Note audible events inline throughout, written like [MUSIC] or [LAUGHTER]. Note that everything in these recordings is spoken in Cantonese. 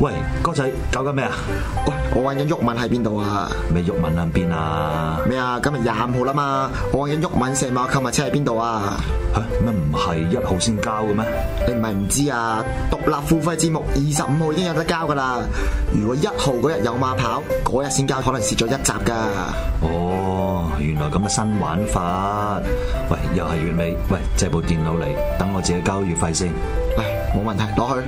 喂，哥仔搞緊咩啊？喂，我揾緊鬱文喺邊度啊？咩郁文喺邊啊？咩啊？今日廿五號啦嘛，我揾緊鬱文石馬購物車喺邊度啊？吓咩唔係一號先交嘅咩？你唔係唔知啊？獨立付費節目二十五號已經有得交噶啦。如果一號嗰日有馬跑，嗰日先交，可能蝕咗一集噶。哦，原來咁嘅新玩法。喂，又係月尾，喂，借部電腦嚟，等我自己交月費先。喂，冇問題，攞去。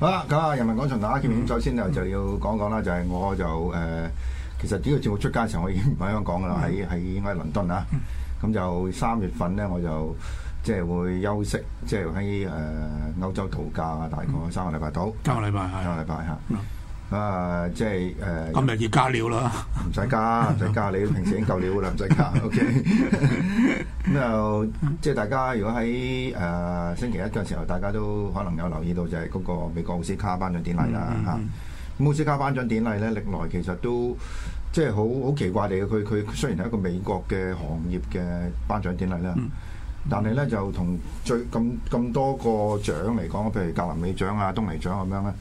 好啦，咁啊，人民廣場大家見面，首先就就要講講啦，就係我就誒、呃其實呢個節目出街嘅時候，我已經唔喺香港噶啦，喺喺應該喺倫敦啊。咁就三月份咧，我就即係會休息，即係喺誒歐洲度假啊，大概三個禮拜到，今個禮拜係三個禮拜嚇。咁啊，即係誒。今日要加 [LAUGHS] 料啦，唔使加，唔使加，你平時已經夠料噶啦，唔使加。OK，咁就即係大家如果喺誒、呃星期一嘅時候，大家都可能有留意到就係嗰個美國奧斯卡頒獎典禮啦嚇。咁奧斯卡頒獎典禮咧，歷來其實都即係好好奇怪地，佢佢雖然係一個美國嘅行業嘅頒獎典禮啦。但係咧就同最咁咁多個獎嚟講，譬如格林美獎啊、東尼獎咁樣咧，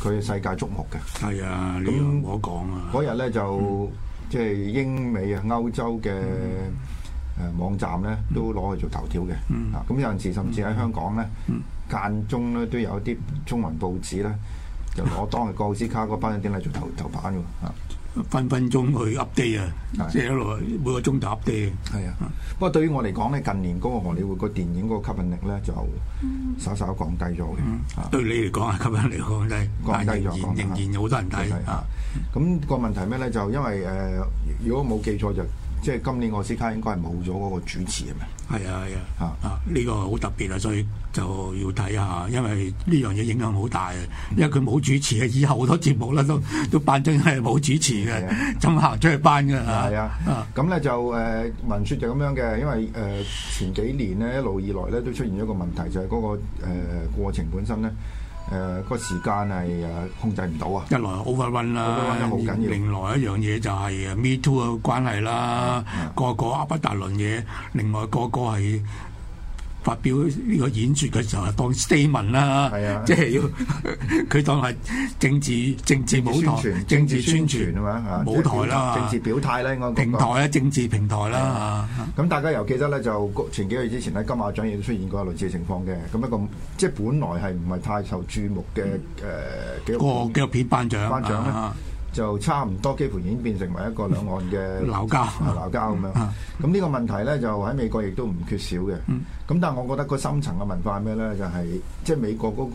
佢世界矚目嘅。係啊，呢咁樣冇得講啊。嗰日咧就即係英美啊、歐洲嘅誒網站咧都攞去做頭條嘅，啊咁有陣時甚至喺香港咧間中咧都有啲中文報紙咧就攞當日個奧斯卡嗰頒獎典禮做頭頭版嘅喎，啊分分鐘去 update 啊，係即係一路每個鐘頭 update 係啊。不過對於我嚟講咧，近年嗰個荷里活個電影嗰個吸引力咧就稍稍降低咗嘅，啊啊。對你嚟講係吸引力降低，降但低係咗仍降然低仍咗然有好多人係睇啊啊。。咁個問題咩咧？就因為誒，如果冇記錯就即係今年奧斯卡應該係冇咗嗰個主持係咪？係啊係啊，啊啊呢個好特別啊，所以就要睇下，因為呢樣嘢影響好大啊。因為佢冇主持啊，以後好多節目咧都都辦真係冇主持係嘅啊，咁行出去班嘅係啊啊，咁咧就誒文説就咁樣嘅，因為誒、呃前幾年咧一路以來咧都出現咗一個問題，就係、嗰、個誒、呃、過程本身咧誒個時間係誒控制唔到啊。一來 overrun 啦 overrun 好緊要，另外一樣嘢就係 Me Too 嘅關係啦，個個阿不達倫嘢，另外個個係發表呢個演說嘅時候係當 statement 啦係啊，即係要佢當係政治政治舞台、政政治治宣宣傳啊嘛傳啊，舞台政啦治，表態啦，應該講平台啊，政治平台啦，咁大家又記得咧，就前幾個月之前咧，金馬獎亦都出現過類似嘅情況嘅。咁一個即係本來係唔係太受注目嘅誒紀個錄紀片錄片頒獎頒獎咧啊就差唔多幾乎已經變成為一個兩岸嘅 [LAUGHS] 鬧交啊鬧交咁樣。咁呢個問題咧就喺美國亦都唔缺少嘅。嗯咁但係我覺得個深層嘅文化係咩咧？就係即係美國嗰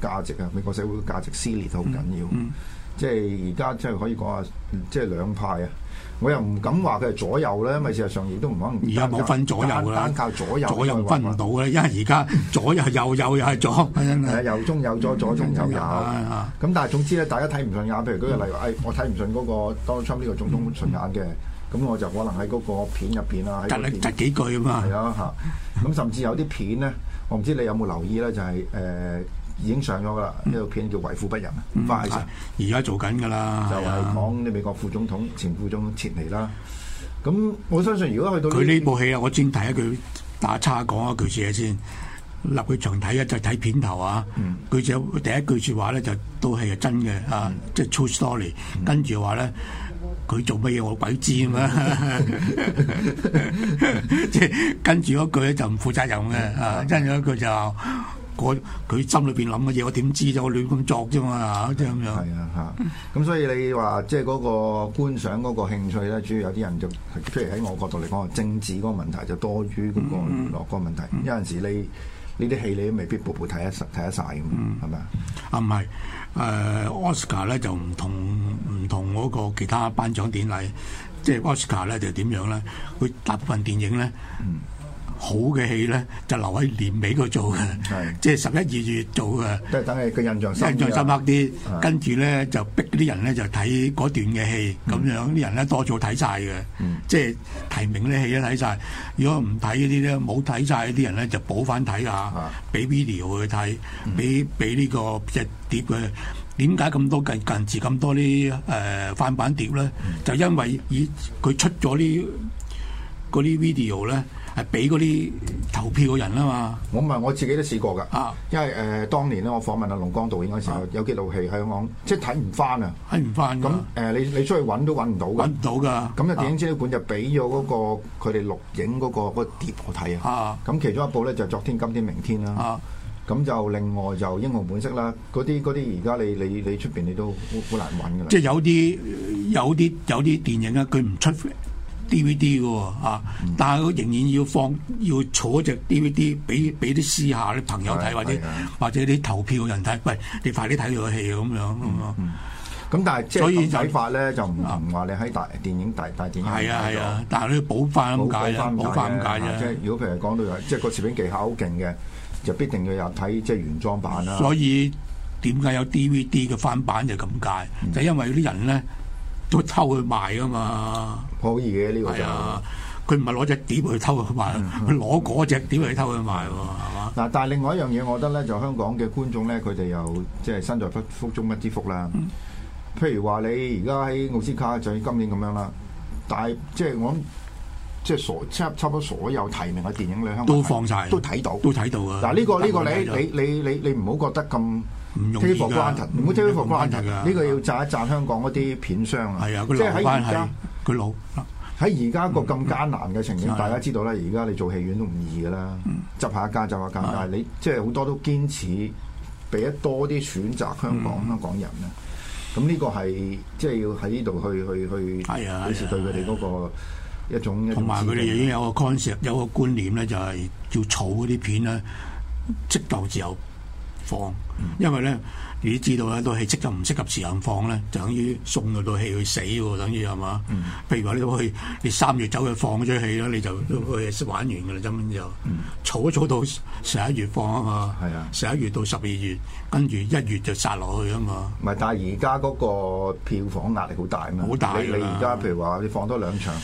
個價值啊，美國社會嘅價值撕裂好緊嗯要。即係而家即係可以講啊，即係兩派啊。我又唔敢話佢係左右咧，因為事實上亦都唔可能而家冇分左右啦，單單靠左右，左右分唔到啦，因為而家左又係右，右又係左，真係啊，係右中有嗯左，左中右右。啊咁但係總之咧，大家睇唔順眼，譬如舉個例話，誒、哎我睇唔順嗰個 Donald Trump 呢個總統順眼嘅，咁我就可能喺嗰個片入邊啊，喺窒嗰一窒邊幾句啊嘛係。啊嚇。咁甚至有啲片咧，我唔知你有冇留意咧，就係、誒、已經上咗噶啦，嗯呢套片叫《為富不仁》啊，花神而家做緊㗎啦，啊就係講你美國副總統、前副總統切尼啦。咁我相信如果去到佢呢部戲啊，我先睇一句打叉講一句嘢先。立佢長睇啊，就睇片頭啊。嗯佢就第一句説話咧，就都係真嘅啊，即係 true story。跟住話咧，佢做乜嘢我鬼知啊嘛。 [LAUGHS] 即係跟住嗰句咧就唔負責任嘅啊，嗯跟住嗰句就話我佢心裏邊諗嘅嘢，我點知啫？我亂咁作啫嘛，啊即係咁樣。係啊嚇，咁所以你話即係嗰個觀賞嗰個興趣咧，主要有啲人就譬如喺我角度嚟講，政治嗰個問題就多於嗰嗯個娛樂嗰個問題。有陣時你呢啲戲你都未必部部睇得實睇得晒咁，係咪啊？啊，唔係，誒、Oscar 咧就唔同唔同嗰個其他頒獎典禮，即係 Oscar 咧就點樣咧？佢大部分電影咧，好嘅戲咧，就留喺年尾嗰做嘅係，即係十一二月做嘅。都係等你個印象深印象深刻啲啊，跟住咧就逼啲人咧就睇嗰段嘅戲，咁樣啲人咧多數睇晒嘅，即係提名啲戲都睇晒。如果唔睇嗰啲咧，冇睇晒嗰啲人咧就補翻睇下，俾 video 去睇，俾俾呢個隻碟佢。點解咁多近近時咁多啲誒、呃翻版碟咧？就因為以佢出咗啲嗰啲 video 咧，係俾嗰啲投票嘅人啊嘛。我唔係我自己都試過㗎啊，因為誒當年咧，我訪問阿龍江導演嗰時候，有幾套戲喺香港即係睇唔翻啊。睇唔翻咁咁誒，你你出去揾都揾唔到揾㗎唔。到㗎。咁就電影資料館就俾咗嗰個佢哋錄影嗰個嗰個碟我睇啊。啊咁其中一部咧就係昨天、今天、明天啊！啦。啊咁就另外就英雄本色啦，嗰啲嗰啲而家你你你出邊你都好好難揾㗎啦。即係有啲有啲有啲電影啊，佢唔出 DVD 嘅喎啊，但係佢仍然要放要儲一隻 DVD 俾俾啲私下啲朋友係睇，或者係啊或者啲投票人睇，喂，你快啲睇佢個戲咁樣咁啊樣。咁但係即所以係就啊睇法咧就唔同話你喺大電影大大電影係啊睇係咗啊，但係你要補翻咁解啫，補翻咁解啊啊即係啫。如果譬如講到有即係個攝影技巧好勁嘅，就必定要有睇即係原裝版啦。所以點解有 DVD 嘅翻版就咁解？就因為啲人咧都偷去賣㗎嘛。可以嘅呢個係就。啊，佢唔係攞隻碟去偷去賣，嗯佢攞嗰隻碟去偷去賣喎，係嘛？嗱，但係另外一樣嘢，我覺得咧，就香港嘅觀眾咧，佢哋又即係身在不福中不知福啦。嗯譬如話你而家喺奧斯卡就今年咁樣啦，但係即係我諗，即係所差差唔多所有提名嘅電影，你香港都放晒都睇到。都睇到啊！嗱，呢個呢個睇到你你你你你唔好覺得咁唔容 take 易 for 㗎 granted，唔好 take for 唔容易㗎 granted 呢個要讚一讚香港嗰啲片商啊，係即啊，係佢留喺翻而係家。佢老啊喺而家個咁艱難嘅情景，嗯大家知道啦。而家你做戲院都唔易噶啦，執下一間執下一間，嗯但係你即係好多都堅持俾得多啲選擇香嗯港香港人咧。咁呢個係即係要喺呢度去去去係啊表示對佢哋嗰個一種一種同埋佢哋已尊經敬有個 concept，有個觀念咧，就係要儲嗰啲片咧，適當時候放，嗯因為咧你知道咧，套戲適當唔適合時間放咧，就等於送到套戲去死喎，等於係嘛？嗯譬如話你去你三月走去放嗰出戲啦，你就都去玩完㗎啦，根本就儲一儲到十一月放啊嘛，嗯係啊十一月到十二月，跟住一月就殺落去啊嘛。唔係，但係而家嗰個票房壓力好大啊嘛！好大㗎你你而家譬如話你放多兩場，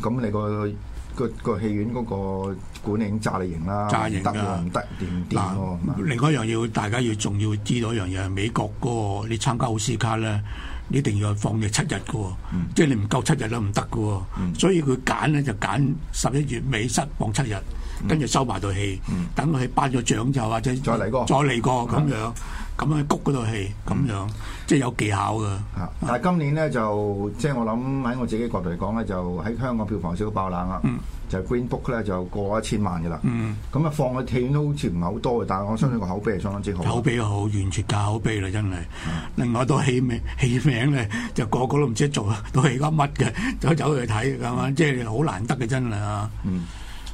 咁你個個個戲院嗰個管理已經炸你型啦，炸型唔得㗎喎，唔得掂掂喎啊嗱係嘛，另外一樣要大家要仲要知道一樣嘢，係美國嗰、個你參加奧斯卡咧，你一定要放嘅七日嘅喎，嗯即係你唔夠七日都唔得嘅喎，所以佢揀咧就揀十一月尾失放七日。跟住收埋套戲，等佢頒咗獎就或者嗯再嚟過嗯再嚟過咁樣，咁樣谷嗰套戲咁樣，即係有技巧嘅。嚇！但係今年咧就即係我諗喺我自己角度嚟講咧，就喺香港票房少少爆冷啦。嗯就 Green Book 咧就過一千萬嘅啦。咁啊放嘅戲院都好似唔係好多嘅，但係我相信個口碑係相當之好。口碑好，完全靠口碑啦，真係。另外都起名 [LAUGHS] 起名咧，就個個都唔知 [LAUGHS] 做啊到而家乜嘅，走走去睇咁嗯啊，即係好難得嘅真係啊！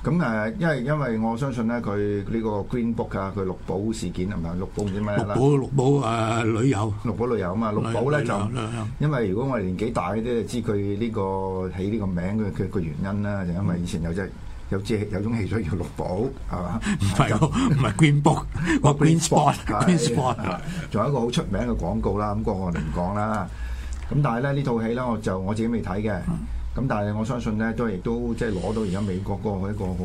咁誒，因為因為我相信咧，佢呢個 Green Book 啊，佢綠寶事件係咪綠寶唔知咩六啦寶？六寶啊誒旅遊，綠寶旅遊啊嘛，綠寶咧旅就遊旅遊因為如果我哋年紀大嗰啲，就知佢呢個起呢個名佢佢個原因啦，就因為以前有隻有隻有種汽水叫綠寶，係嘛？唔係喎唔係 Green Book，個 Green Spot，Green Spot 係仲有一個好出名嘅廣告啦，咁個我哋唔講啦。咁但係咧呢套戲咧，我就我自己未睇嘅。嗯咁但係我相信咧，都亦都即係攞到而家美國嗰個一個好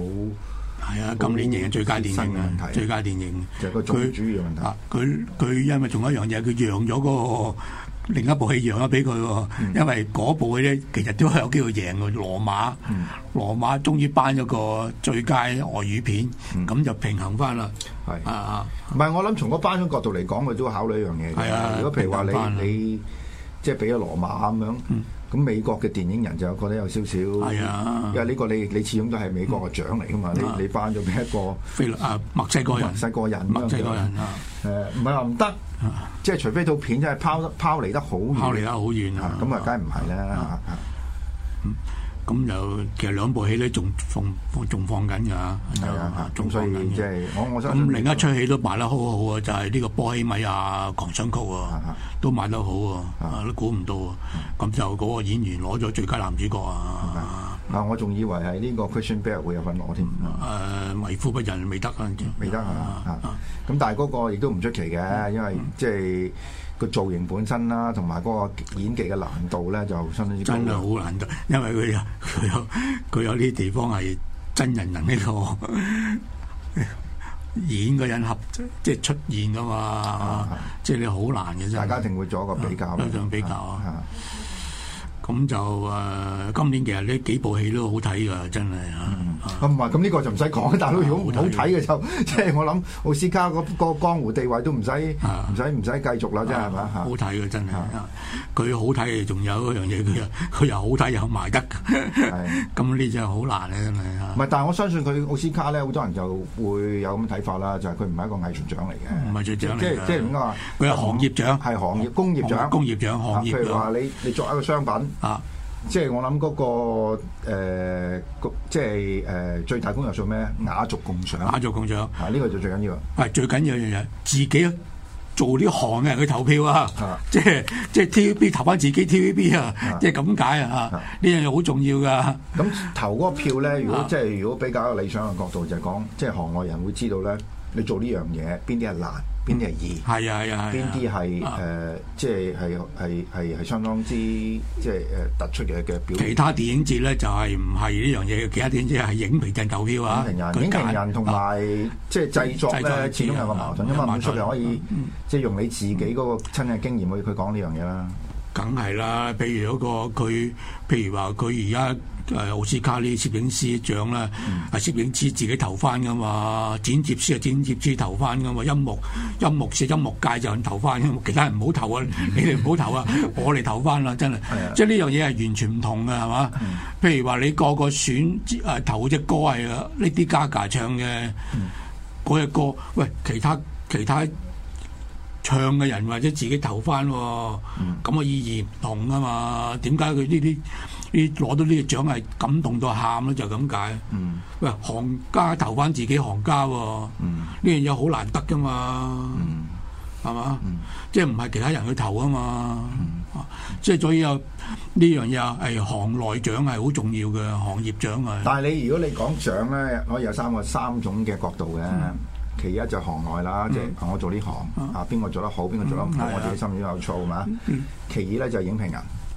係啊，今年贏嘅最佳電影新啊問，題最佳電影就係個種佢主要問題。啊，佢佢因為仲有一樣嘢，佢讓咗嗰個另一部戲讓咗俾佢喎，嗯因為嗰部戲咧其實都有機會贏嘅。羅馬，嗯羅馬終於頒咗個最佳外語片，咁就平衡翻啦。嗯係啊啊，唔係，我諗從個頒獎角度嚟講，佢都考慮一樣嘢嘅。係啊如果譬如話平反啊嗯你你即係俾咗羅馬咁樣，咁、美國嘅電影人就覺得有少少，係啊因為呢個你你始終都係美國嘅獎嚟噶嘛，啊你你頒咗俾一個菲律啊墨西哥人墨，西哥人咁樣嘅，墨西哥人啊，誒唔係話唔得，即係除非套片真係拋得拋離得好遠，考離得好遠啊嗯啊，咁啊，梗係唔係啦啊嚇。咁就其實兩部戲咧仲放放仲放緊㗎，係啊，仲咁放所以緊即嘅。係我我相信咁另一出戲都賣得好好啊，就係、呢個波希米亞狂想曲啊啊，都賣得好啊，啊啊都估唔到啊！咁就嗰個演員攞咗最佳男主角啊，啊，我仲以為係呢個 Christian Bale 會有份攞添，誒為啊夫不仁未得啊，未得啊！啊嗯啊咁但係嗰個亦都唔出奇嘅，因為即係個造型本身啦，同埋嗰個演技嘅難度咧，就相當之高真係好難得，因為佢有佢有佢有啲地方係真人人呢個 [LAUGHS] 演嘅人合即係出現噶嘛，即係你好難嘅啫。啊大家一定會做一個比較，啊有種比較啊啊咁就誒、今年其實呢幾部戲都好睇噶，真係啊！啊唔係，咁呢個就唔使講，大佬如果唔好睇嘅就，即係我諗奧斯卡嗰個江湖地位都唔使啊唔使唔使繼續啦，真係係咪好啊？睇嘅真係啊，佢好睇，仲有一樣嘢，佢又佢又好睇又賣得，係 [LAUGHS] 咁呢就好難咧，真係啊唔！係，但係我相信佢奧斯卡咧，好多人就會有咁睇法啦，就係佢唔係一個藝術獎嚟嘅，唔係最獎嚟啊即係㗎即係點講啊？佢係行業獎係行業工業獎，工業獎行業獎啊譬如話你你作為一個商品，啊，即係我諗嗰個誒個即係誒最大公約數咩？雅俗共賞打做共獎。啊！呢個就最緊要啊。係最緊要一樣嘢，自己做呢行嘅人去投票啊啊！即係即係 TVB 投翻自己 TVB 啊啊！即係咁解啊！呢樣嘢好重要噶。咁投嗰個票咧，如果啊即係如果比較理想嘅角度，就係講即係行外人會知道咧，你做呢樣嘢邊啲係難，邊啲係易，係啊係啊，邊啲係啊誒，即係係係係係相當之即係誒突出嘅嘅表其現。他電影節咧就係唔係呢樣嘢，其他電影節係影評人投票啊，影評佢人、影評揀人同啊埋即係製作製作咧，始終有個矛盾，因為啊本書矛盾你可以即係用你自己嗰個親嘅經驗去去講呢樣嘢啦。梗係啦，譬如嗰個佢，譬如話佢而家誒奧斯卡呢啲攝影師獎啦，係、攝影師自己投翻噶嘛，剪接師係啊剪接師投翻噶嘛，音樂音樂師音樂界就人投翻，其他人唔好投啊，你哋唔好投啊，我哋投翻啦，真係啊，即係呢樣嘢係完全唔同嘅係嘛？譬如話你個個選誒、投只歌係呢啲 Gaga 唱嘅嗰只歌，喂其他其他。唱嘅人或者自己投翻喎，嗯咁嘅、意義唔同啊嘛。點解佢呢啲呢攞到呢個獎係感動到喊咧？就係咁解。嗯喂，行家投翻自己行家喎，嗯呢樣嘢好難得噶嘛，嗯係嘛？即係唔係其他人去投啊嘛？嗯啊即係所以有呢樣嘢啊係行內獎係好重要嘅，行業獎係。但係你如果你講獎咧，可以有三個三種嘅角度嘅。嗯其一就係行內啦，即係我做呢行啊，邊個做得好，邊個做得唔好，嗯係啊嗯我自己心裏有數係嘛。其二咧就係影評人，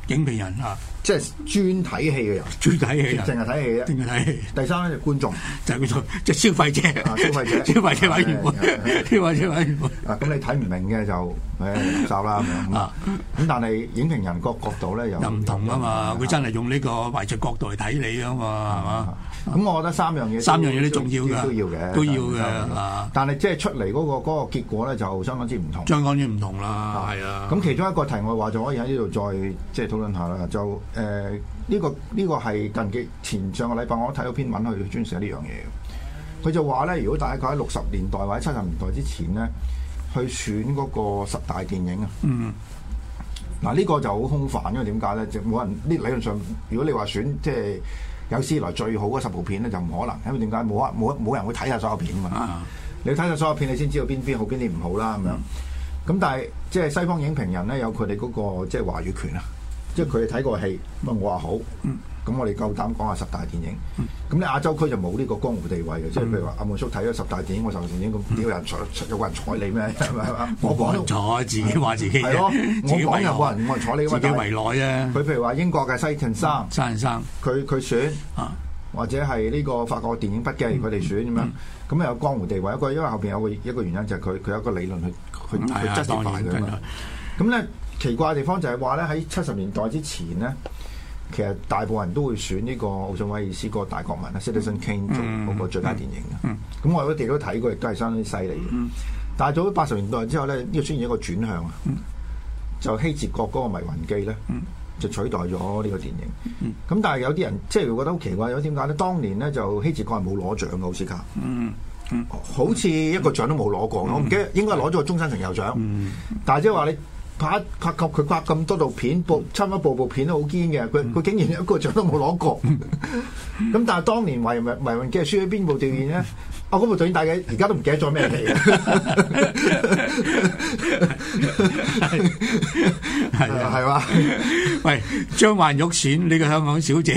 影評人啊，即係專睇戲嘅人，最睇戲淨人，嗯係睇戲啫。點解睇戲？第三咧就觀眾就係叫做即係消費者，啊消費者 [LAUGHS] 消費者委員會係係，消費者委員會。啊，咁你睇唔明嘅就誒垃圾啦咁樣啊。咁但係影評人個角度咧又又唔同啊嘛，佢真係用呢個藝術角度嚟睇你啊嘛，係嘛？咁我覺得三樣嘢都，三樣嘢都重要㗎都要嘅，都要嘅三樣嘢啊但係即係出嚟嗰個嗰個結果咧，就相當之唔同。張安遠唔同啦，係啊。咁其中一個題外話就可以喺呢度再即係討論下啦。就誒呢、個呢、個係近幾前上個禮拜我都睇到篇文去專寫呢樣嘢嘅。佢就話咧，如果大概喺六十年代或者七十年代之前咧，去選嗰個十大電影啊。嗯，嗱呢個就好空泛，因為點解咧？就冇人呢理論上，如果你話選即係有史以來最好嗰十部片咧，就唔可能，因為點解冇人冇冇人會睇晒所有片㗎嘛啊？你睇晒所有片，你先知道邊邊好邊啲唔好啦咁嗯樣。咁但係即係西方影評人咧，有佢哋嗰個即係話語權嗯啊，即係佢哋睇過戲，咁啊我話好。咁我哋夠膽講下十大電影，嗯咁你亞洲區就冇呢個江湖地位嘅，即係譬如話阿滿叔睇咗十大電影，我十大電影咁，屌有人睬有個人睬你 [LAUGHS] 咩？係咪啊嗯我講講咗，自己話自己係咯，自己我講為又冇人冇內，人睬你㗎嘛自己嗯但係為內啫。佢譬如話英國嘅西芹生，生生佢佢選啊，或者係呢個法國電影筆記佢哋選咁樣，嗯咁啊有江湖地位一個，因為後邊有個一個原因就係佢佢有一個理論去去去係啊，當 justify 然佢啊跟嘛。咁咧奇怪嘅地方就係話咧喺七十年代之前咧，其實大部分人都會選呢個奧遜威爾斯個大國民咧 Citizen Kane 做嗰個最佳電影啊嘅。咁、我哋都睇過，亦都係相當之犀利嘅。但係到咗八十年代之後咧，呢、個出現一個轉向啊，就希捷國嗰個迷魂記咧。就取代咗呢個電影，咁但係有啲人即係會覺得好奇怪，有點解咧？當年咧就希捷國係冇攞獎嘅奧斯卡，好似一個獎都冇攞過，我唔記得應該攞咗個終身成就獎。但係即係話你拍拍及佢拍咁多套片，部差唔多部部片都好堅嘅，佢佢竟 [LAUGHS] 然一個獎都冇攞過。咁但係當年維維維運嘅輸咗邊部電影咧？我嗰部短帶嘅，而家都唔記得咗咩戲 [LAUGHS] 係啊。係嘛？ [LAUGHS] 喂，張曼玉選呢個香港小 [LAUGHS] 姐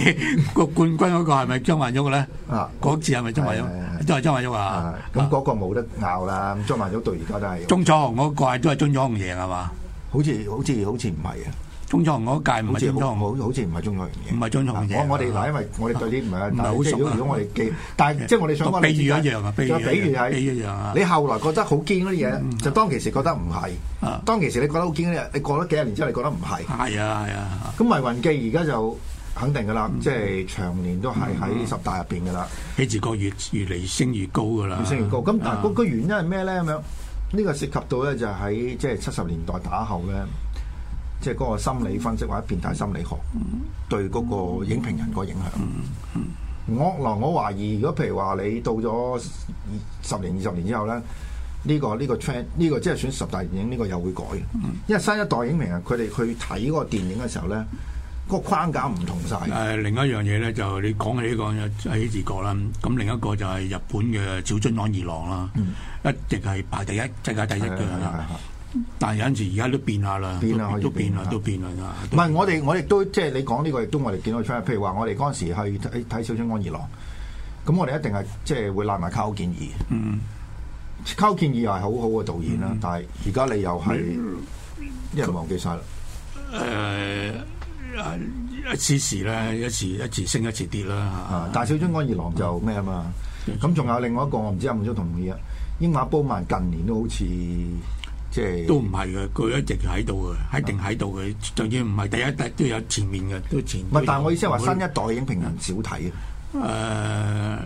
個冠軍嗰個係咪張曼玉咧？啊嗰次係咪張曼係係玉？係都係張曼玉啊啊！咁嗰個冇得拗啦，咁張曼玉到而家都係，鍾楚紅嗰個係都係鍾楚紅贏係嘛？好似好似好似唔係啊，鍾楚紅嗰屆唔好係似鍾楚好紅，好好似唔係中國人嘅，啊唔係中國人嘅啊我我哋嗱，因為我哋對啲唔係，唔係但係好即係熟如果啊嗯如果我哋記，但係即係我哋想講個比喻你知一樣啊就比喻比一樣喻係比喻一樣啊嗯你後來覺得好堅嗰啲嘢，就當其時覺得唔係啊，當其時你覺得好堅嗰啲嘢，你過咗幾廿年之後你覺得唔係。係啊係啊。咁迷魂記而家就肯定噶啦，嗯即係長年都係喺十大入邊噶啦，喜字國越越嚟升越高噶啦，越升越高。咁但係嗰啊個原因係咩咧？咁樣呢個涉及到咧就喺即係七十年代打後咧，即係嗰個心理分析或者變態心理學對嗰個影評人個影響。我嗱，我懷疑如果譬如話你到咗十年、二十年之後咧。呢、個呢、個 trend 呢個即係選十大電影呢、個又會改嘅，因為新一代影評人佢哋去睇嗰個電影嘅時候咧，嗰、個框架唔同晒。誒另一樣嘢咧，就你講起呢個喺自國啦，咁另一個就係日本嘅小津安二郎啦，一直係排第一，世界第一嗯係係係嘅係。但係有陣時而家都變下啦，變啦都可以都變變啦，啦都變啦。唔係，我哋我亦都即係你講呢個，亦都我哋見到出嚟。譬如話，我哋嗰陣時去睇睇《小津安二郎》，咁我哋一定係即係會賴埋卡歐建議。嗯，卡歐建議又係好好嘅導演啦，但係而家你又係一人忘記晒啦。誒啊一時時咧，一時一時升一時跌啊啦。！但係《小津安二郎》就咩啊嘛？咁仲有另外一個，我唔知有冇都同唔同意啊？英馬褒曼近年都好似即係都唔係嘅，佢一直喺度嘅，一定喺度嘅。就算唔係第一，都有前面嘅，都前。唔係，但係我意思係話新一代影評人少睇啊。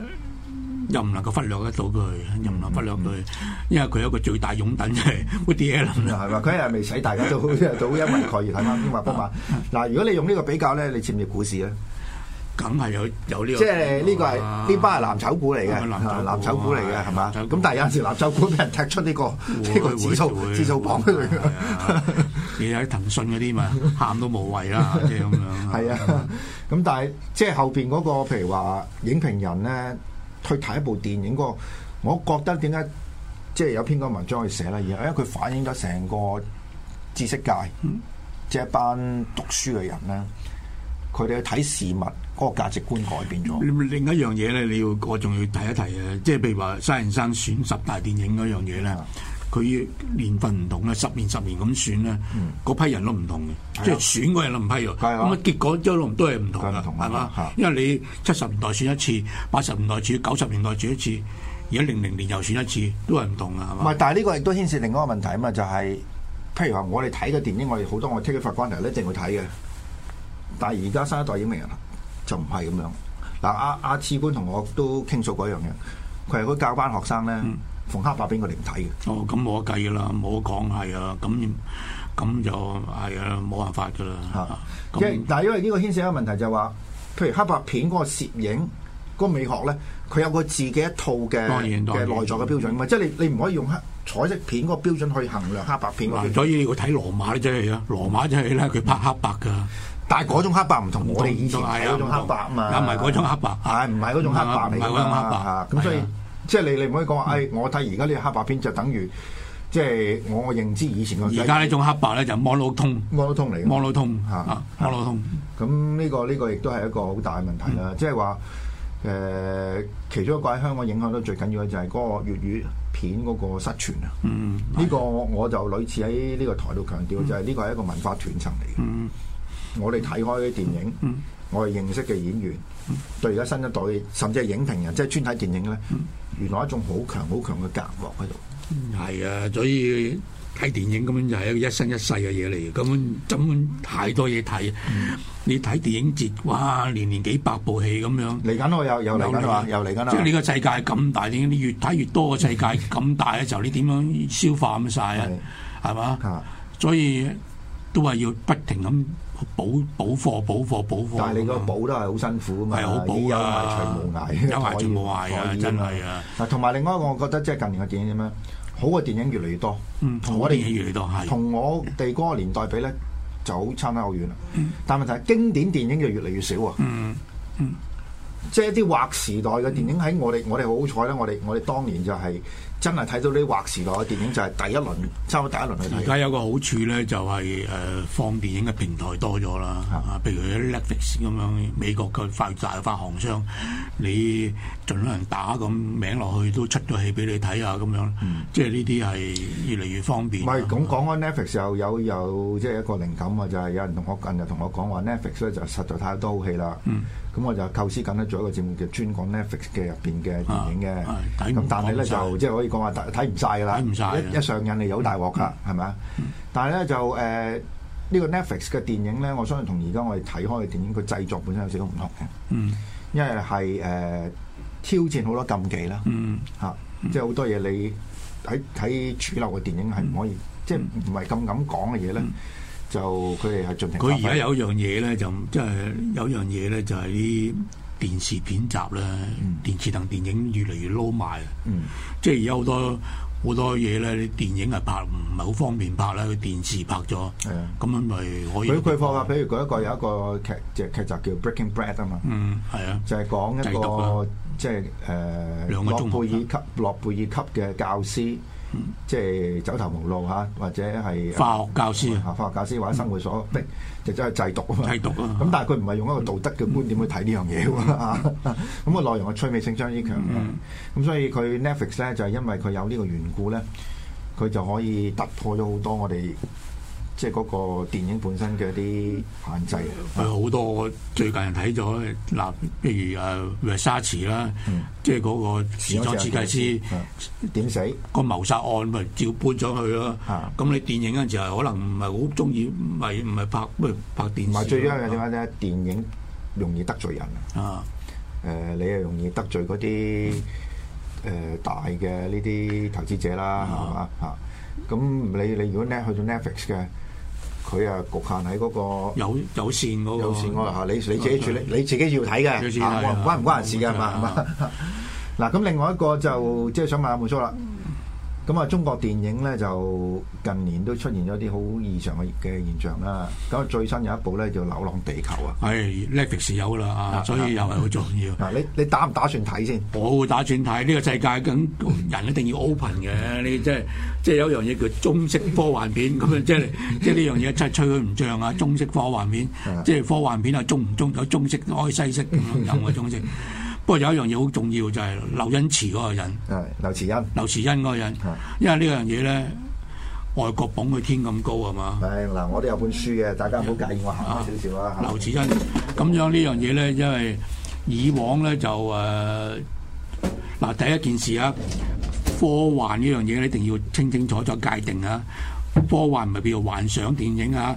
誒、又唔能夠忽略得到佢，又唔能忽略嗯佢，因為佢有一個最大擁趸就係 [LAUGHS] Woody Allen 啦。啊係嘛？佢係未使大家都 [LAUGHS] 都因為佢而睇翻英馬褒曼。嗯嗱，如果你用呢個比較咧，你似唔似股市咧？梗係有有呢、個。啊即係呢個係呢班係藍籌股嚟嘅，係藍籌股啊藍籌股嚟嘅係嘛？藍籌股咁但係有陣時藍籌股俾人踢出呢個呢個指數指數榜嗰度係啊你喺騰訊嗰啲嘛，喊都無謂啦， [LAUGHS] 即係咁樣。係啊，咁但係即係後邊嗰個譬如話影評人咧，去睇一部電影嗰個，我覺得點解即係有篇嗰個文章去寫啦，而係因為佢反映咗成個知識界，嗯即係一班讀書嘅人咧，佢哋去睇事物嗰個價值觀改變咗。另一樣嘢咧，你要我仲要提一提嘅，即係譬如話沙人生選十大電影嗰樣嘢咧啊，佢年份唔同啊咧，十年十年咁選咧，嗰批人都唔同嗯係嘅，啊即係選嗰人都唔批喎。係啊咁啊，結果一路都係唔同梗係嘅，唔同啦係嘛嚇？因為你七十年代選一次，八十年代選，九十年代選一次，而家零零年又選一次，都係唔同嘅，係唔係嘛，？但係呢個亦都牽涉另一個問題啊嘛，就係、譬如話我哋睇嘅電影，我哋好多我 take 法官嚟一定會睇嘅，但係而家新一代影評人啊就唔係咁樣。嗱，阿阿次官同我都傾訴過一樣嘢，佢係佢教班學生咧，逢黑白片佢哋唔睇嘅。哦，咁冇得計㗎啦，冇得講係啊，咁咁就係啊，冇辦法㗎嚇啦。啊因為但係因為呢個牽涉一個問題就係話，譬如黑白片嗰個攝影。嗰個美學咧，佢有個自己一套嘅當然當嘅然內在嘅標準㗎嘛，即係你你唔可以用黑彩色片嗰個標準去衡量黑白片嗰個標準嗱，所以我睇羅馬咧，真係啊，羅馬真係咧，佢拍黑白噶，但係嗰種黑白唔同我哋以前睇嗰種黑白啊嘛，唔係嗰種黑白係唔係嗰種黑白嚟㗎唔係嗰種黑白嘛？咁所以係啊嗯即係你你唔可以講話，誒我睇而家呢個黑白片就等於即係我認知以前個而家呢種黑白咧就網路通，摩羅通嚟網㗎。路通嚇啊，嚇網路通，咁呢個呢個亦都係一個好大嘅問題嗯啦，即係話誒其中一個喺香港影響到最緊要嘅就係嗰個粵語片嗰個失傳啊。嗯，呢個我就類似喺呢個台度強調，就係呢個係一個文化斷層嚟嘅。嗯我哋睇開啲電影，我哋認識嘅演員，嗯對而家新一代甚至係影評人，即係專睇電影咧，嗯原來一種好強好強嘅隔膜喺度。係啊，所以睇電影根本就係一個一生一世嘅嘢嚟，根本根本太多嘢睇。嗯你睇電影節，哇，年年幾百部戲咁樣。嚟緊我又又嚟緊啦，又嚟緊啊即係啦。呢個世界咁大，點解你越睇越多嘅世界咁大嘅時候，你點樣消化咁晒啊？係嘛啊？所以都係要不停咁補補貨、補貨、補貨。但係你個保都係好辛苦啊嘛，係好補㗎有埋除無涯，有埋除無涯啊可以真係啊！嗱，同埋另外一個，我覺得即係近年嘅電影點樣，好嘅電影越嚟越多，嗯同好我嘅電影越嚟越多哋係同我哋嗰個年代比咧，嗯就好差得好遠啦。但問題係經典電影就越嚟越少啊。嗯即係一啲劃時代嘅電影喺我哋，我哋好彩咧！我哋我哋當年就係、真係睇到呢劃時代嘅電影，就係、第一輪差唔多第一輪去而睇。家有個好處咧，就係、誒、放電影嘅平台多咗啦，啊，譬如啲 Netflix 咁樣，美國嘅發大發行商，你盡量打咁名落去都出咗戲俾你睇啊下咁樣，即係呢啲係越嚟越方便嗯啊唔啦。係咁講開 Netflix 又有有即係一個靈感啊，就係、有人同我近日同我講話 Netflix 咧就實在太多好戲啦。咁、嗯我就構思緊咧做一個節目叫專講 Netflix 嘅入邊嘅電影嘅。咁、啊係睇唔但係咧講晒就即係可以講話睇睇唔晒㗎啦，睇唔晒啊嗯一一上癮你有大鑊㗎，係咪啊？但係咧就誒。呢個 Netflix 嘅電影咧，我相信同而家我哋睇開嘅電影，佢製作本身有少少唔同嘅。嗯因為係誒、呃挑戰好多禁忌啦，嚇、嗯即係好多嘢你喺喺主流嘅電影係唔可以，即係唔係咁敢講嘅嘢咧，就佢哋係盡情發揮。佢而家有一樣嘢咧，就即係有一樣嘢咧，就係啲電視片集咧，電視同電影越嚟越撈埋。啊嗯即係而家好多好多嘢咧，啲電影係拍唔係好方便拍啦，佢電視拍咗，係啊咁樣咪可以。佢佢放啊，譬如舉一個有一個劇即係劇集叫《Breaking Bread》啊嘛，嗯，係啊，就係講一製毒個啦即係誒兩個諾中學貝爾級諾貝爾級嘅教師，即係走投無路嚇，或者係化學教師啊啊化學教師或者生活所逼，就走去製毒啊嘛。製毒啊咁但係佢唔係用一個道德嘅觀點去睇呢樣嘢喎 [LAUGHS] 啊咁個內容嘅趣味性相當之強嗯嘅。咁所以佢 Netflix 咧就係因為佢有呢個緣故咧，佢就可以突破咗好多我哋即係嗰個電影本身嘅一啲限制。佢好多我最近人睇咗嗱，譬如誒呃 Versace 啦，嗯即係嗰個時裝設計師。啊點死？個謀殺案咪照搬咗去咯啊，咁你電影嗰陣時係可能唔係好中意，唔係唔係拍咪拍電視唔咯。係最緊要係點啊解咧？電影容易得罪人，誒、啊？你又容易得罪嗰啲誒大嘅呢啲投資者啦，係嘛嚇？咁你你如果咧去到 Netflix 嘅，佢啊局限喺嗰、個。有啊有線嗰個有線我嚇你你自己處理，你自己要睇你自嘅，己睇啊啊我關唔關人事嘅係嘛係啊嘛？ [LAUGHS] 嗱，咁另外一個就即係想問下滿叔啦。咁啊，中國電影咧就近年都出現咗啲好異常嘅嘅現象啦。咁啊，最新有一部咧叫《流浪地球》啊。係 Netflix 有啦啊，所以又係好重要。嗱，你你打唔打算睇先？我會打算睇呢個世界咁人一定要 open 嘅，你即係即係有一樣嘢叫中式科幻片咁樣，即係即係呢樣嘢真係吹佢唔漲啊！中式科幻片啊，即係科幻片啊，中唔中有中式開西式咁樣有嘅中式。不過有一樣嘢好重要就係劉恩慈嗰個人，誒，劉慈欣，劉慈欣嗰個人啊，因為呢樣嘢咧，外國捧佢天咁高係嘛？係嗱，我都有本書嘅，大家唔好介意我行開少少啊。劉慈欣咁樣呢樣嘢咧，因為以往咧就誒嗱、第一件事啊，科幻呢樣嘢一定要清清楚楚界定啊。科幻唔係叫做幻想電影啊。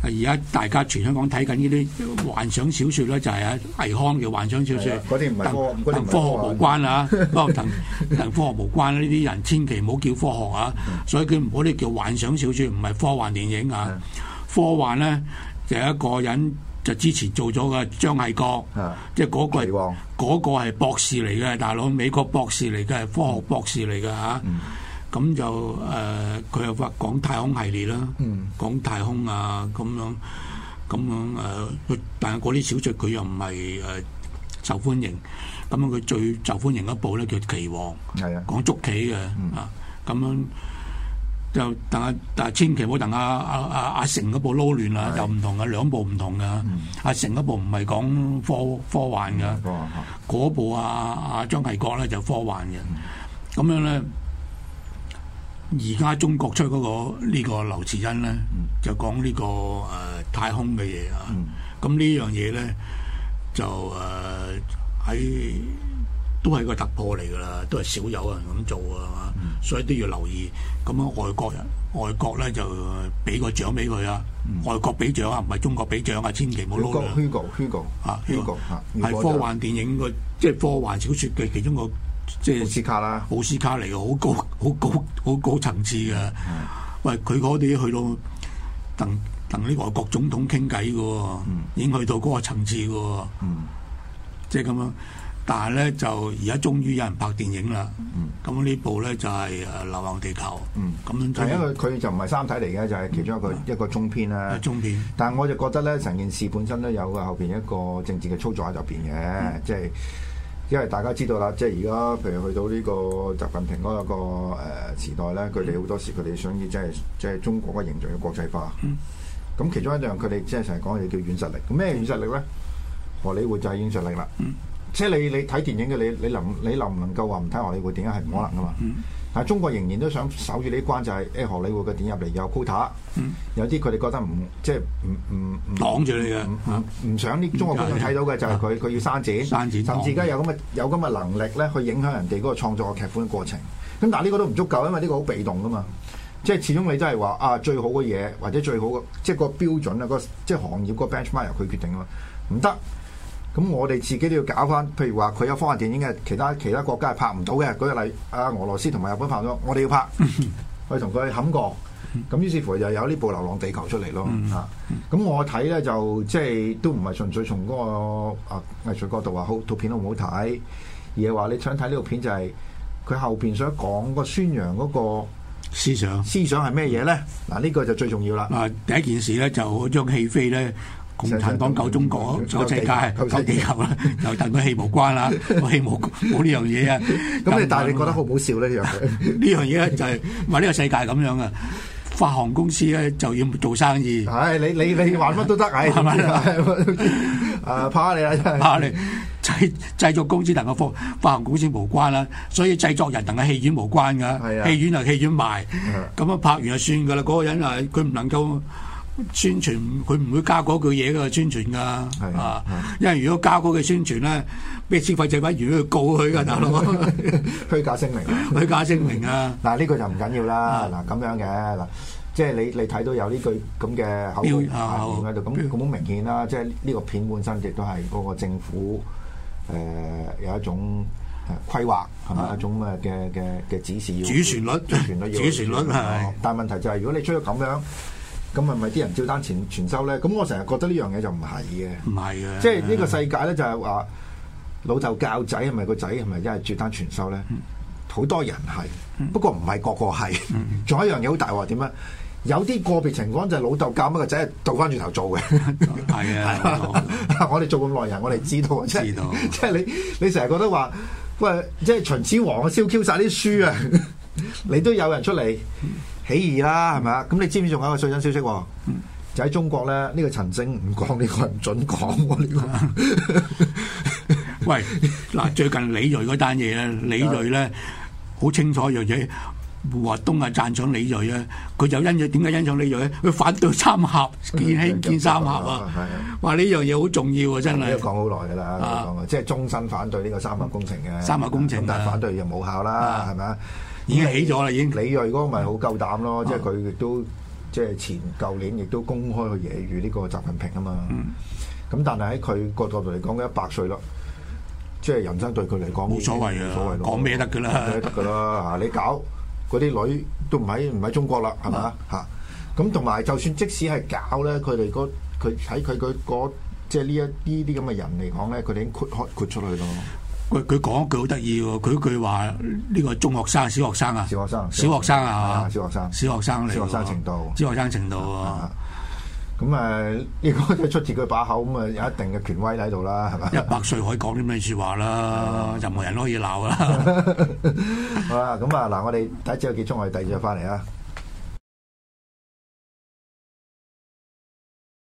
而家大家全香港睇緊呢啲幻想小説咧，就係啊倪匡嘅幻想小係説啊，嗰啲唔係科同嗰啲同唔係科科學無關啊， [LAUGHS] 不過同同科學無關啊呢啲人千祈唔好叫科學啊，所以佢唔好啲叫幻想小説，唔係科幻電影啊。科幻咧就有一個人就之前做咗嘅張毅國啊，即係嗰個棋王係嗰個係博士嚟嘅，大佬美國博士嚟嘅，係科學博士嚟嘅嚇。嗯咁就誒，呃佢又話講太空系列啦，嗯講太空啊咁樣，咁樣誒，佢但係嗰啲小説佢又唔係誒受歡迎，咁樣佢最受歡迎一部咧叫《棋王》。係啊，講捉棋嘅啊，咁樣就但係但係千祈唔好同阿阿阿阿成嗰部撈亂啊啦，又唔同嘅兩部唔同嘅。阿成嗰部唔係講科科幻嘅，嗯科幻啊嚇嗰部阿阿張繼國咧就科幻嘅。咁樣咧，而家中國出嗰、個呢、個劉慈欣咧，就講呢、個誒、呃太空嘅嘢啊。咁呢樣嘢咧就誒呃喺。都係個突破嚟噶啦，都係少有人咁做啊嘛，所以都要留意。咁樣外國人，外國咧就俾個獎俾佢啊，外國俾獎啊，唔係中國俾獎啊，千祈唔好撈亂。 Hugo，Hugo，Hugo，啊，呢個，Hugo 嚇，係科幻電影個即係科幻小説嘅其中一個即奧斯係卡啦，奧斯卡嚟嘅，好高好高好高層次嘅。嗯喂，佢嗰啲去到同同啲外國總嗯統傾偈嘅喎，已經去到嗰個層次嘅喎，即係咁樣。但係咧就而家終於有人拍電影啦。嗯咁呢部咧就係誒《流浪地球》，咁係啊因樣為佢就唔係三體嚟嘅，就係其中一個一個中篇啦。啊中片。但係我就覺得咧，成件事本身都有啊個後邊一個政治嘅操作喺入邊嗯嘅，即係因為大家知道啦，即係而家譬如去到呢個習近平嗰個誒時代咧，佢哋好多時佢哋想要即係即係中國嘅形象嘅國際化。咁、其中一樣佢哋即係成日講嘢叫軟實力。咁咩軟實力咧？荷里活就係軟實力啦。即係你你睇電影嘅，你你能你能唔能夠話唔睇荷里活電影係唔可能噶嘛？但係中國仍然都想守住呢一關，就係、誒、荷里活嘅電影入嚟有 quota，、有啲佢哋覺得唔即係唔唔唔擋住你嘅嗯啊唔唔想呢中國觀眾睇到嘅就係佢佢要刪剪，刪剪甚至而家有咁嘅有咁嘅能力咧，去影響人哋嗰個創作嘅劇本嘅過程。咁但係呢個都唔足夠，因為呢個好被動噶嘛。即係始終你都係話啊，最好嘅嘢或者最好嘅，即係個標準啊，個即係行業個 benchmark 由佢決定啊嘛，唔得。咁我哋自己都要搞翻，譬如話佢有科幻電影嘅，其他其他國家係拍唔到嘅。舉個例，啊俄羅斯同埋日本拍咗，我哋要拍，去同佢冚過。咁於是乎就有呢部《流浪地球》出嚟咯嗯嚇。咁我睇咧就即係都唔係純粹從嗰個啊藝術角度話好套片好唔好睇，而係話你想睇呢套片就係佢後邊想講個宣揚嗰個思想思想係咩嘢咧？嗱呢個就最重要啦。啊，第一件事咧就好將氣飛咧。共產黨救中國，救世界，救地球啦，又同佢氣無關 [LAUGHS] 啦，我氣冇冇呢樣嘢啊！咁你但係你覺得好唔好笑咧呢樣 [LAUGHS] 嘢？呢樣嘢咧就係話呢個世界咁樣啊！發行公司咧就要做生意，唉，你你你玩乜都得，唉，係咪啊 [LAUGHS] 啊，怕你啦真係。 [LAUGHS] 啊你製製作公司同個發發行公司無關啦，所以製作人同個戲院無關係噶，啊戲院就戲院賣，咁啊拍完就算噶啦，嗰、個人啊佢唔能夠。宣傳佢唔會加嗰句嘢嘅宣傳㗎，係啊，因為如果加嗰句宣傳咧，咩消費者委員會告佢㗎，大佬，虛假聲明。 [LAUGHS] 佢假聲明啊，嗱，呢個就唔緊要嗯啦。嗱，咁樣嘅嗱，即係你你睇到有呢句咁嘅口號標啊啊口號喺度，咁標咁好明顯啦。即係呢個片本身亦都係嗰個政府誒有一種誒規劃係咪一種嘅嘅嘅嘅指示要啊主旋律主旋律要 [LAUGHS] 啊主旋律係但係問題就係如果你出咗咁樣，咁係咪啲人照單全全收咧？咁我成日覺得呢樣嘢就唔係嘅。唔係嘅，即係呢個世界咧，就係話老豆教仔係咪個仔係咪真係絕單全收咧？好多人係，不過唔係個個係。仲有一樣嘢好大鑊點咧？有啲個別情況就係老豆教乜個仔係倒翻轉頭做嘅。係 [LAUGHS] 啊冇錯。我哋做咁耐人，我哋知道，即係 [LAUGHS] 知道即係你你成日覺得話，喂，即係秦始皇啊燒 Q 晒啲書啊， [LAUGHS] 你都有人出嚟起義啦，係咪啊？咁你知唔知仲有一個最新消息喎？嗯就喺中國咧，呢、個陳星唔講呢個唔準講喎，呢、 [LAUGHS] 喂， [LAUGHS] 嗱，最近李鋭嗰單嘢咧，李鋭咧好清楚一樣嘢，胡華東啊讚賞李鋭啊，佢就欣賞點解欣賞李鋭咧？佢反對三 [LAUGHS] 峽建嗯興建三峽啊係啊，話呢樣嘢好重要啊，個真呢個係。講好耐㗎啦，呢啊個講嘅即係終身反對呢個三合工程嘅三合工程咁但係啊反對又冇效啦，啊係咪啊？已經起咗啦已經啊李鋭嗰個咪好夠膽咯，即係佢亦都即係前舊年亦都公開去揶揄呢個習近平啊嘛。嗯咁但係喺佢個角度嚟講，佢一百歲咯。即係人生對佢嚟講冇所謂啊冇所謂咯講咩得㗎啦講咩得㗎啦嚇！你搞嗰啲女都唔喺唔喺中國啦，係咪啊嚇？咁同埋就算即使係搞咧，佢哋嗰佢喺佢佢嗰即係呢一呢啲咁嘅人嚟講咧，佢哋已經豁開豁出去咯。佢佢講一句好得意喎，佢佢話呢個中學生、小學生啊，小學生小學生啊啊，小學生小學生嚟喎，小學生程度小學生程度啊啊，咁誒呢個 [LAUGHS] 都出自佢把口，咁啊有一定嘅權威喺度啦，係咪？一百歲可以講啲咩説話啦，啊任何人都可以鬧啦。好啦，咁啊嗱，我哋第一節嘅結束，我哋第二節翻嚟啊。